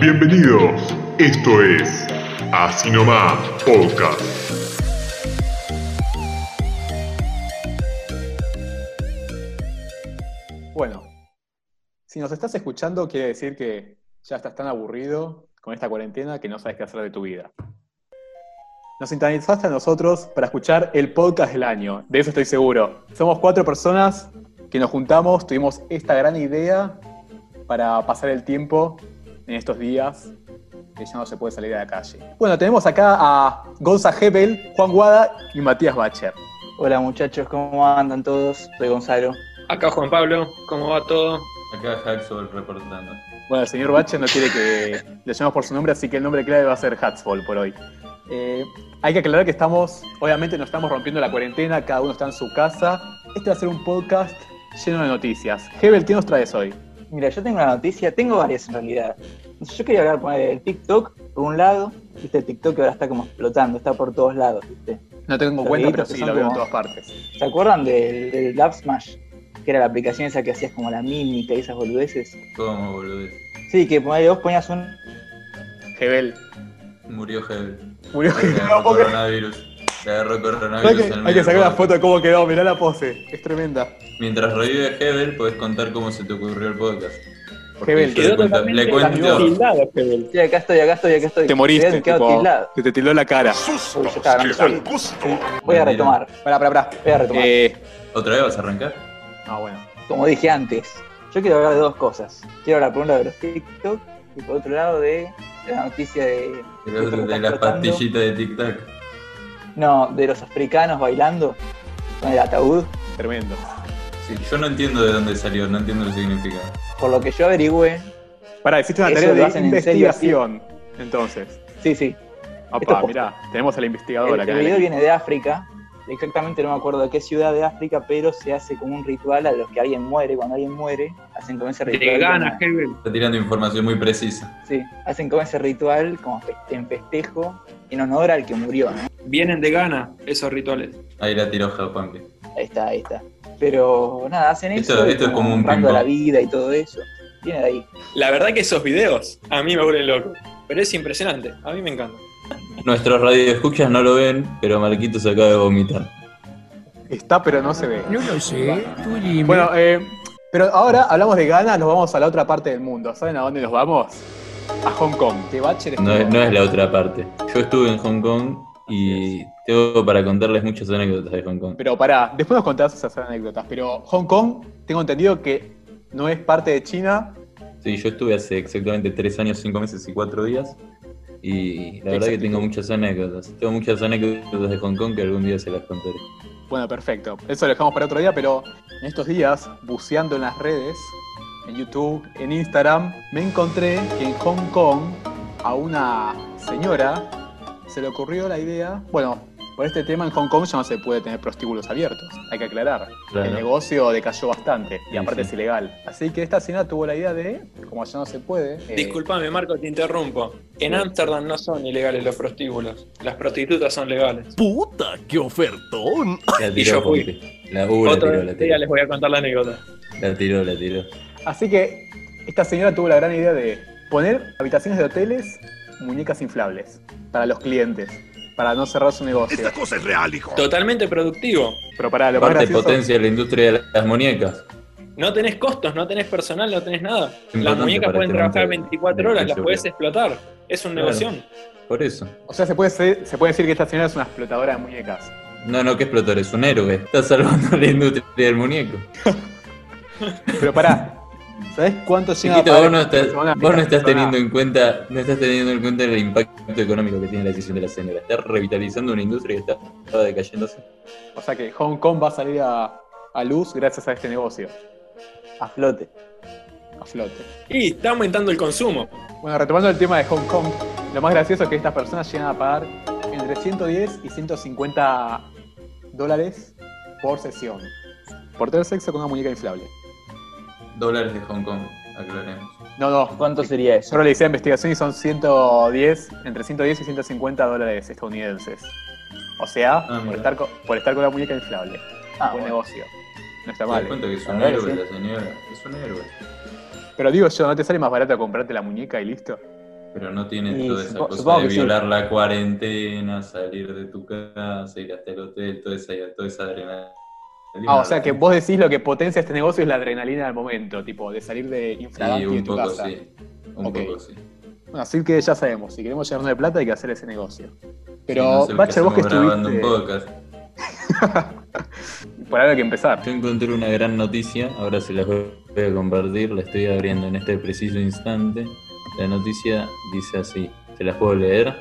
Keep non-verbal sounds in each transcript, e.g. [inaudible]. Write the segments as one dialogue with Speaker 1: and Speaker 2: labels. Speaker 1: Bienvenidos, esto es Así Nomás Podcast.
Speaker 2: Bueno, si nos estás escuchando, quiere decir que ya estás tan aburrido con esta cuarentena que no sabes qué hacer de tu vida. Nos sintonizaste a nosotros para escuchar el podcast del año, de eso estoy seguro. Somos cuatro personas que nos juntamos, tuvimos esta gran idea para pasar el tiempo en estos días que ya no se puede salir a la calle. Bueno, tenemos acá a Gonza Hebel, Juan Guada y Matías Bacher.
Speaker 3: Hola muchachos, ¿cómo andan todos? Soy Gonzalo.
Speaker 4: Acá Juan Pablo, ¿cómo va todo?
Speaker 5: Acá Haxol reportando.
Speaker 2: Bueno, el señor Bacher no quiere que le llamemos por su nombre, así que el nombre clave va a ser Hatsfall por hoy. Eh, hay que aclarar que estamos, obviamente no estamos rompiendo la cuarentena, cada uno está en su casa. Este va a ser un podcast lleno de noticias. Hebel, ¿qué nos traes hoy?
Speaker 3: Mira, yo tengo una noticia, tengo varias en realidad. Yo quería hablar poner el TikTok por un lado, viste, el TikTok que ahora está como explotando, está por todos lados, viste.
Speaker 2: No tengo
Speaker 3: Los
Speaker 2: cuenta, pero
Speaker 3: videitos que
Speaker 2: sí,
Speaker 3: son
Speaker 2: lo veo en
Speaker 3: como-
Speaker 2: todas partes.
Speaker 3: ¿Se acuerdan del, del Lab Smash? Que era la aplicación esa que hacías como la mímica y esas boludeces.
Speaker 5: ¿Cómo, boludez?
Speaker 3: Sí, que ponele, vos ponías un...
Speaker 2: Hebel,
Speaker 5: Murió
Speaker 2: [laughs]
Speaker 5: Hebel.
Speaker 2: murió
Speaker 5: Le agarró coronavirus. Le agarró
Speaker 2: Hay
Speaker 5: coronavirus.
Speaker 2: que,
Speaker 5: al
Speaker 2: hay que sacar la
Speaker 5: miércoles.
Speaker 2: foto de cómo quedó, mirá la pose, es tremenda.
Speaker 5: Mientras revive Hebel, podés contar cómo se te ocurrió el podcast. Porque
Speaker 2: Hebel,
Speaker 5: yo le cuento, le cuento-
Speaker 4: tildado, Hebel.
Speaker 3: Sí, acá estoy, acá estoy, acá estoy.
Speaker 2: Te moriste,
Speaker 3: Me quedo
Speaker 2: tipo,
Speaker 3: tildado.
Speaker 2: se te tildó la cara.
Speaker 3: Uy, yo estaba
Speaker 1: Qué
Speaker 3: grande.
Speaker 1: gusto.
Speaker 3: Voy a retomar,
Speaker 2: Pará, pará, pará.
Speaker 3: voy a retomar.
Speaker 2: Eh,
Speaker 5: ¿Otra vez vas a arrancar?
Speaker 2: ah, bueno.
Speaker 3: Como dije antes, yo quiero hablar de dos cosas. Quiero hablar por un lado de los TikTok y por otro lado de la noticia de...
Speaker 5: De,
Speaker 3: que
Speaker 5: de
Speaker 3: están
Speaker 5: las
Speaker 3: flotando.
Speaker 5: pastillitas de Tic Tac.
Speaker 3: No, de los africanos bailando con el ataúd.
Speaker 2: Tremendo.
Speaker 5: Sí, yo no entiendo de dónde salió, no entiendo el significado.
Speaker 3: Por lo que yo averigüé,
Speaker 2: Pará, hiciste una
Speaker 3: Eso
Speaker 2: tarea
Speaker 3: lo
Speaker 2: de
Speaker 3: hacen en serio, así.
Speaker 2: investigación. Entonces,
Speaker 3: sí, sí, Esto
Speaker 2: papá,
Speaker 3: posta.
Speaker 2: mirá, tenemos al investigador
Speaker 3: el,
Speaker 2: acá. ¿eh?
Speaker 3: el
Speaker 2: en el
Speaker 3: video
Speaker 2: equipo.
Speaker 3: viene de África. Exactamente no me acuerdo de qué ciudad de África, pero se hace como un ritual a los que alguien muere. Cuando alguien muere, hacen como ese ritual.
Speaker 4: Te gana
Speaker 3: como-
Speaker 4: Hebel.
Speaker 5: Está tirando información muy precisa.
Speaker 3: sí, hacen como ese ritual como fe- en festejo en honor al que murió, ¿no?
Speaker 4: Vienen de gana esos rituales.
Speaker 5: Ahí la tiró Japanque.
Speaker 3: Ahí está, ahí está. Pero nada, hacen
Speaker 5: Esto-
Speaker 3: eso. y
Speaker 5: esto es como un
Speaker 3: honrando a la
Speaker 5: ping-pong.
Speaker 3: vida y todo eso. Viene de ahí.
Speaker 4: La verdad que esos videos a mí me vuelven loco. Pero es impresionante, a mí me encanta.
Speaker 5: Nuestros radioescuchas no lo ven, pero Marquito se acaba de vomitar.
Speaker 2: Está, pero no se ve.
Speaker 6: No lo sé, tú dime.
Speaker 2: Bueno, eh, pero ahora hablamos de Ghana, nos vamos a la otra parte del mundo. ¿Saben a dónde nos vamos? A Hong Kong. Que Bacher
Speaker 5: No
Speaker 2: estuvo-
Speaker 5: es, no es la otra parte. Yo estuve en Hong Kong y tengo para contarles muchas anécdotas de Hong Kong.
Speaker 2: Pero pará, después nos contás esas anécdotas. Pero Hong Kong, tengo entendido que no es parte de China.
Speaker 5: Sí, yo estuve hace exactamente tres años, cinco meses y cuatro días. Y la verdad que
Speaker 2: Exactitud.
Speaker 5: tengo muchas anécdotas. Tengo muchas anécdotas de Hong Kong que algún día se las contaré.
Speaker 2: Bueno, perfecto. Eso lo dejamos para otro día, pero en estos días, buceando en las redes, en YouTube, en Instagram, me encontré que en Hong Kong a una señora se le ocurrió la idea. Bueno, por este tema en Hong Kong ya no se puede tener prostíbulos abiertos, hay que aclarar.
Speaker 5: Claro.
Speaker 2: El negocio decayó bastante y
Speaker 5: Sí,
Speaker 2: aparte
Speaker 5: sí.
Speaker 2: es ilegal. Así que esta señora tuvo la idea de, como allá no se puede. eh,
Speaker 4: Disculpame, Marco, te interrumpo. En Ámsterdam no son ilegales los prostíbulos. Las prostitutas son legales.
Speaker 6: puta, qué ofertón.
Speaker 5: La
Speaker 4: Y yo
Speaker 5: tiró
Speaker 4: fui.
Speaker 5: Pompe. La, uh, la
Speaker 4: Otro
Speaker 5: tiró, la
Speaker 4: día
Speaker 5: tiró.
Speaker 4: les voy a contar la anécdota.
Speaker 5: La tiró, la tiró.
Speaker 2: Así que esta señora tuvo la gran idea de poner habitaciones de hoteles, muñecas inflables, para los clientes, para no cerrar su negocio.
Speaker 6: cosa es real, hijo.
Speaker 4: Totalmente productivo.
Speaker 2: Pero para lo más
Speaker 5: Aparte,
Speaker 2: gracioso,
Speaker 5: potencia la industria de las muñecas.
Speaker 4: No tenés costos, no tenés personal, no tenés nada. Las
Speaker 5: Importante
Speaker 4: muñecas
Speaker 5: para
Speaker 4: pueden
Speaker 5: este
Speaker 4: trabajar
Speaker 5: momento de-
Speaker 4: 24
Speaker 5: de
Speaker 4: horas, las
Speaker 5: seguridad.
Speaker 4: podés explotar. Es un
Speaker 5: Claro.
Speaker 4: negocio.
Speaker 5: Por eso.
Speaker 2: o sea, se puede, ser- se puede decir que esta señora es una explotadora de muñecas.
Speaker 5: No, no, que explotar, es un héroe. Está salvando la industria del muñeco.
Speaker 2: Pero pará, [laughs] ¿sabés cuánto llega
Speaker 5: Chiquito,
Speaker 2: pagar
Speaker 5: vos no
Speaker 2: esta
Speaker 5: estás,
Speaker 2: persona?
Speaker 5: vos no estás
Speaker 2: Perdona.
Speaker 5: teniendo en cuenta, no estás teniendo en cuenta el impacto económico que tiene la decisión de la señora. Está revitalizando una industria que está- estaba decayéndose.
Speaker 2: O sea que Hong Kong va a salir a, a luz gracias a este negocio,
Speaker 3: A flote.
Speaker 2: a flote.
Speaker 4: Y está aumentando el consumo.
Speaker 2: Bueno, retomando el tema de Hong Kong, lo más gracioso es que estas personas llegan a pagar entre 110 y 150 dólares por sesión. Por tener sexo con una muñeca inflable.
Speaker 5: Dólares de Hong Kong, aclaremos.
Speaker 2: No, no.
Speaker 3: ¿Cuánto sería eso?
Speaker 2: Yo realicé la investigación y son 110, entre 110 y 150 dólares estadounidenses. O sea,
Speaker 5: Ah,
Speaker 2: por,
Speaker 5: mira.
Speaker 2: estar con, por estar con una muñeca inflable.
Speaker 3: Ah,
Speaker 2: Buen
Speaker 3: bueno.
Speaker 2: negocio. No está
Speaker 5: ¿Te
Speaker 2: mal.
Speaker 5: das
Speaker 2: eh.
Speaker 5: cuenta que es
Speaker 3: La
Speaker 5: un
Speaker 3: verdad que
Speaker 5: héroe
Speaker 3: sí.
Speaker 5: la señora? Es un héroe.
Speaker 2: Pero digo yo, ¿no te sale más barato comprarte la muñeca y listo?
Speaker 5: Pero no tiene
Speaker 3: Y
Speaker 5: toda esa
Speaker 3: supo-
Speaker 5: cosa
Speaker 3: supongo
Speaker 5: de
Speaker 3: que sí.
Speaker 5: violar la cuarentena, salir de tu casa, ir hasta el hotel, toda esa, toda esa adrenalina.
Speaker 2: Ah, o sea que vos decís lo que potencia este negocio es la adrenalina del momento, tipo, de salir de
Speaker 5: Sí,
Speaker 2: infraganti de
Speaker 5: un
Speaker 2: tu
Speaker 5: poco
Speaker 2: casa.
Speaker 5: sí. Un
Speaker 2: Ok.
Speaker 5: poco sí.
Speaker 2: Bueno, así que ya sabemos, si queremos llenarnos de plata hay que hacer ese negocio.
Speaker 5: Sí,
Speaker 2: Pero,
Speaker 5: no sé lo
Speaker 2: Bacher, vos que
Speaker 5: hacemos grabando un
Speaker 2: estuviste.
Speaker 5: podcast.
Speaker 2: Por ahora hay que empezar.
Speaker 5: Yo encontré una gran noticia, ahora se las voy a compartir, la estoy abriendo en este preciso instante. La noticia dice así, se las puedo leer.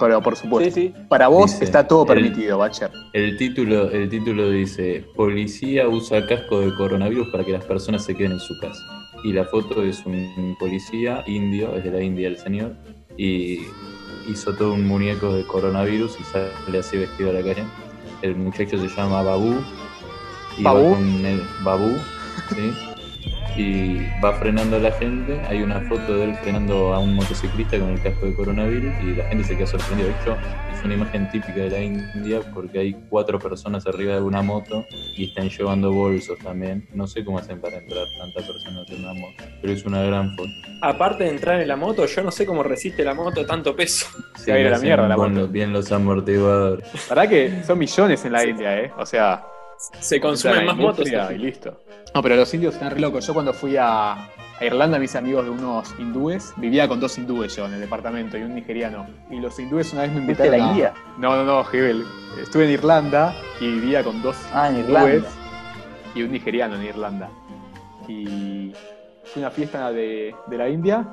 Speaker 2: Pero por
Speaker 3: Sí,
Speaker 2: supuesto.
Speaker 3: sí.
Speaker 2: Para vos
Speaker 5: Dice,
Speaker 2: está todo
Speaker 5: el-
Speaker 2: permitido, Bacher.
Speaker 5: El título, el título dice, policía usa casco de coronavirus para que las personas se queden en su casa. Y la foto es un policía indio, es de la India el señor, y hizo todo un muñeco de coronavirus y sale así vestido a la calle. El muchacho se llama Babu. Y
Speaker 2: ¿Babu?
Speaker 5: Va con el Babu, ¿sí? Y va frenando a la gente. Hay una foto de él frenando a un motociclista con el casco de coronavirus y la gente se queda sorprendida. De hecho, es una imagen típica de la India porque hay cuatro personas arriba de una moto y están llevando bolsos también. No sé cómo hacen para entrar tantas personas en una moto, pero es una gran foto.
Speaker 4: Aparte de entrar en la moto, yo no sé cómo resiste la moto tanto peso. [laughs]
Speaker 5: Sí,
Speaker 2: va a ir a la
Speaker 5: hacen
Speaker 2: mierda la
Speaker 5: con
Speaker 2: moto.
Speaker 5: los- Bien los amortiguadores.
Speaker 2: La verdad que son millones en la India, ¿eh? O sea,
Speaker 4: Se
Speaker 2: la
Speaker 4: consumen más motos.
Speaker 2: industria Y listo. No, pero los indios están re locos. Yo cuando fui a, a Irlanda, mis amigos de unos hindúes, vivía con dos hindúes yo en el departamento y un nigeriano. Y los hindúes una vez me
Speaker 3: ¿Viste
Speaker 2: invitaron
Speaker 3: la
Speaker 2: a-
Speaker 3: India?
Speaker 2: No, no, no, Hebel. Estuve en Irlanda y vivía con dos
Speaker 3: Ah, en
Speaker 2: hindúes
Speaker 3: Irlanda.
Speaker 2: Pues, y un nigeriano en Irlanda. Y fue una fiesta de, de la India,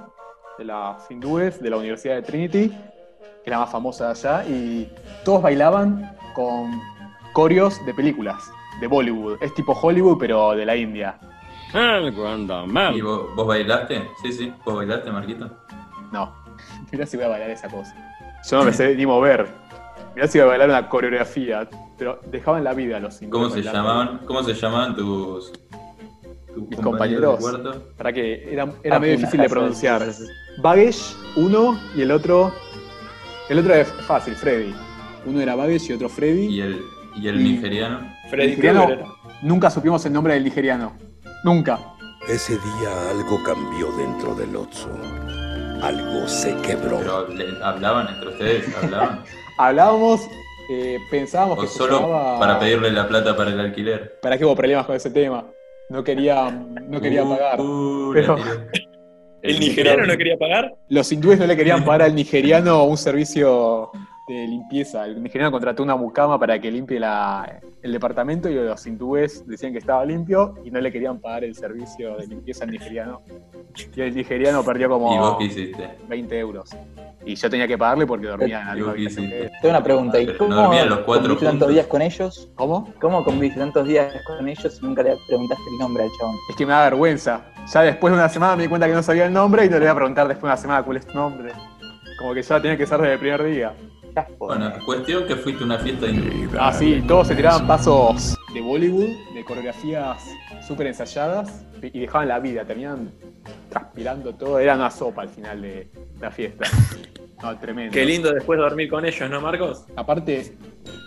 Speaker 2: de las hindúes, de la Universidad de Trinity, que es la más famosa de allá, y todos bailaban con corios de películas, de Bollywood. Es tipo Hollywood, pero de la India.
Speaker 6: Algo anda
Speaker 5: Ah, ¿Y
Speaker 6: mal.
Speaker 5: vos, vos bailaste? Sí, sí, vos bailaste, Marquito.
Speaker 2: No, [laughs] mirá si voy a bailar esa cosa. Yo no me sé ni mover. Mirá si voy a bailar una coreografía, pero dejaban la vida los hindúes.
Speaker 5: ¿Cómo se
Speaker 2: bailando.
Speaker 5: llamaban? ¿Cómo se llamaban tus, tus
Speaker 2: Mis compañeros.
Speaker 5: de cuarto?
Speaker 2: Para que era, era
Speaker 3: Ah,
Speaker 2: medio
Speaker 3: una [laughs]
Speaker 2: difícil de
Speaker 3: casa.
Speaker 2: pronunciar. Bagesh, uno, y el otro. El otro es fácil, Freddy. Uno era Bagesh y otro Freddy.
Speaker 5: ¿Y el, y el
Speaker 2: Y-
Speaker 5: nigeriano?
Speaker 4: Freddy
Speaker 2: Nigeriano.
Speaker 4: Krueger era.
Speaker 2: Nunca supimos el nombre del nigeriano. Nunca.
Speaker 7: Ese día algo cambió dentro del Otso. Algo se quebró.
Speaker 5: ¿Pero le- hablaban entre ustedes?
Speaker 2: [laughs]
Speaker 5: ¿Hablaban?
Speaker 2: Hablábamos, eh, pensábamos
Speaker 5: ¿O
Speaker 2: que se
Speaker 5: solo
Speaker 2: llamaba-
Speaker 5: para pedirle la plata para el alquiler?
Speaker 2: ¿Para qué hubo problemas con ese tema? No quería, no quería
Speaker 5: Uh,
Speaker 2: pagar.
Speaker 5: uh, la
Speaker 2: Pero- [laughs]
Speaker 5: tiró.
Speaker 4: ¿El nigeriano no quería pagar?
Speaker 2: Los hindúes no le querían pagar al nigeriano un servicio de limpieza. El nigeriano contrató una mucama para que limpie la- el departamento y los hindúes decían que estaba limpio y no le querían pagar el servicio de limpieza al nigeriano. Y el nigeriano perdió
Speaker 5: ¿Y vos
Speaker 2: como
Speaker 5: qué hiciste?
Speaker 2: 20 euros. Y yo tenía que pagarle porque dormía en la
Speaker 5: ¿Y
Speaker 2: misma
Speaker 5: vos qué
Speaker 2: habitación que
Speaker 5: hiciste?
Speaker 2: él.
Speaker 3: Tengo una pregunta. ¿Y
Speaker 5: Pero
Speaker 3: cómo
Speaker 5: no dormían los cuatro
Speaker 3: convivís tantos
Speaker 5: juntos.
Speaker 3: días con ellos?
Speaker 2: ¿Cómo?
Speaker 3: ¿Cómo conviviste tantos días con ellos y nunca le preguntaste el nombre al chabón?
Speaker 2: Es que me da vergüenza. Ya después de una semana me di cuenta que no sabía el nombre y no le voy a preguntar después de una semana cuál es tu nombre. Como que ya tenía que ser desde el primer día.
Speaker 3: Ya fue.
Speaker 5: Bueno, cuestión que fuiste a una fiesta de...
Speaker 2: Ah, sí, todos se tiraban pasos de Bollywood, de coreografías súper ensayadas y dejaban la vida, terminaban transpirando todo, era una sopa al final de la fiesta. No, tremendo.
Speaker 4: Qué lindo después dormir con ellos, ¿no, Marcos?
Speaker 2: Aparte,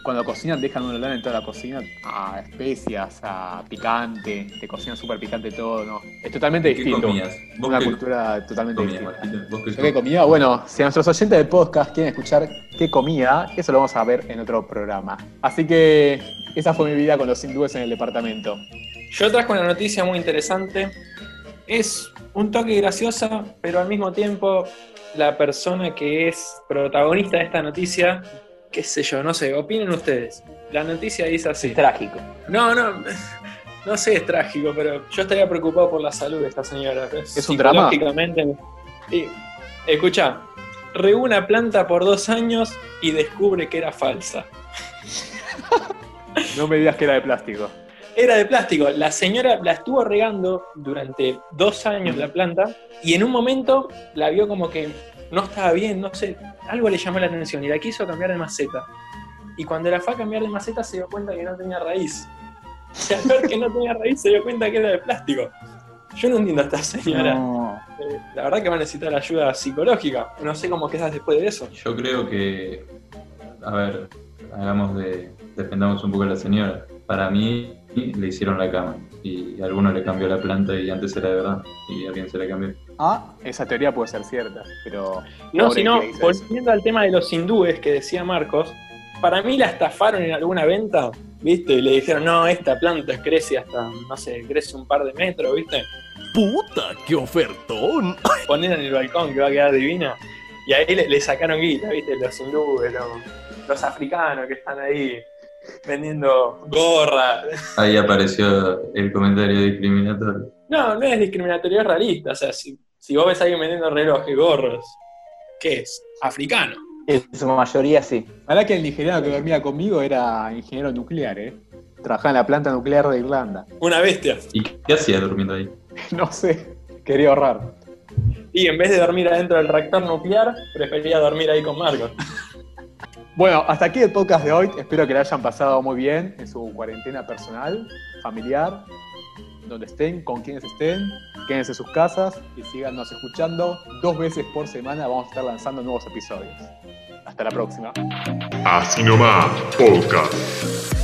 Speaker 2: cuando cocinan dejan un olor en toda la cocina a especias, a picante, te cocinan súper picante todo, ¿no? Es totalmente
Speaker 5: ¿Qué
Speaker 2: distinto.
Speaker 5: comías? ¿Vos
Speaker 2: Una
Speaker 5: qué
Speaker 2: cultura totalmente
Speaker 5: comías,
Speaker 2: distinta.
Speaker 5: Marquito? ¿Vos qué
Speaker 2: Yo qué comía, bueno, si nuestros oyentes del podcast quieren escuchar qué comía, eso lo vamos a ver en otro programa. Así que esa fue mi vida con los hindúes en el departamento.
Speaker 4: Yo trajo una noticia muy interesante. Es un toque graciosa, pero al mismo tiempo la persona que es protagonista de esta noticia, qué sé yo, no sé, opinen ustedes. La noticia dice así.
Speaker 3: Es trágico.
Speaker 4: No, no, [laughs] no sé, es trágico, pero yo estaría preocupado por la salud de esta señora.
Speaker 2: ¿Es un drama?
Speaker 4: Psicológicamente. Y, escucha, regó una planta por dos años y descubre que era falsa.
Speaker 2: No me digas que era de plástico.
Speaker 4: Era de plástico. La señora la estuvo regando durante dos años la planta y en un momento la vio como que no estaba bien, no sé, algo le llamó la atención y la quiso cambiar de maceta. Y cuando la fue a cambiar de maceta se dio cuenta que no tenía raíz. [laughs] Y al ver que no tenía raíz se dio cuenta que era de plástico. Yo no entiendo a esta señora.
Speaker 3: No.
Speaker 4: Eh, La verdad que va a necesitar ayuda psicológica. No sé cómo quedas después de eso.
Speaker 5: Yo creo que, a ver, hagamos de, defendamos un poco a la señora. Para mí, y le hicieron la cama. Y a alguno le cambió la planta y antes era de verdad. Y a alguien se la cambió.
Speaker 3: Ah,
Speaker 2: Esa teoría puede ser cierta, pero.
Speaker 4: No,
Speaker 2: pobre
Speaker 4: sino,
Speaker 2: que dice eso.
Speaker 4: volviendo al tema de los hindúes que decía Marcos, para mí la estafaron en alguna venta, ¿viste? Y le dijeron, no, esta planta crece hasta, no sé, crece un par de metros, ¿viste?
Speaker 6: ¡Puta, qué ofertón!
Speaker 4: Poner en el balcón que va a quedar divina. Y ahí le, le sacaron guita, ¿viste? Los hindúes, los, los africanos que están ahí vendiendo gorra.
Speaker 5: Ahí apareció el comentario discriminatorio.
Speaker 4: No, no es discriminatorio, es realista. O sea, si, si vos ves a alguien vendiendo relojes, gorros, ¿qué es? Africano.
Speaker 3: en su mayoría sí.
Speaker 2: Ojalá que el nigeriano que dormía conmigo era ingeniero nuclear, ¿eh? Trabajaba en la planta nuclear de Irlanda. [laughs]
Speaker 4: Una bestia.
Speaker 5: ¿Y qué hacía durmiendo ahí?
Speaker 2: No sé, quería ahorrar.
Speaker 4: Y en vez de dormir adentro del reactor nuclear, prefería dormir ahí con Marcos.
Speaker 2: Bueno, hasta aquí el podcast de hoy. Espero que la hayan pasado muy bien en su cuarentena personal, familiar, donde estén, con quienes estén. Quédense en sus casas y síganos escuchando. Dos veces por semana vamos a estar lanzando nuevos episodios. Hasta la próxima.
Speaker 1: Así nomás, Podcast.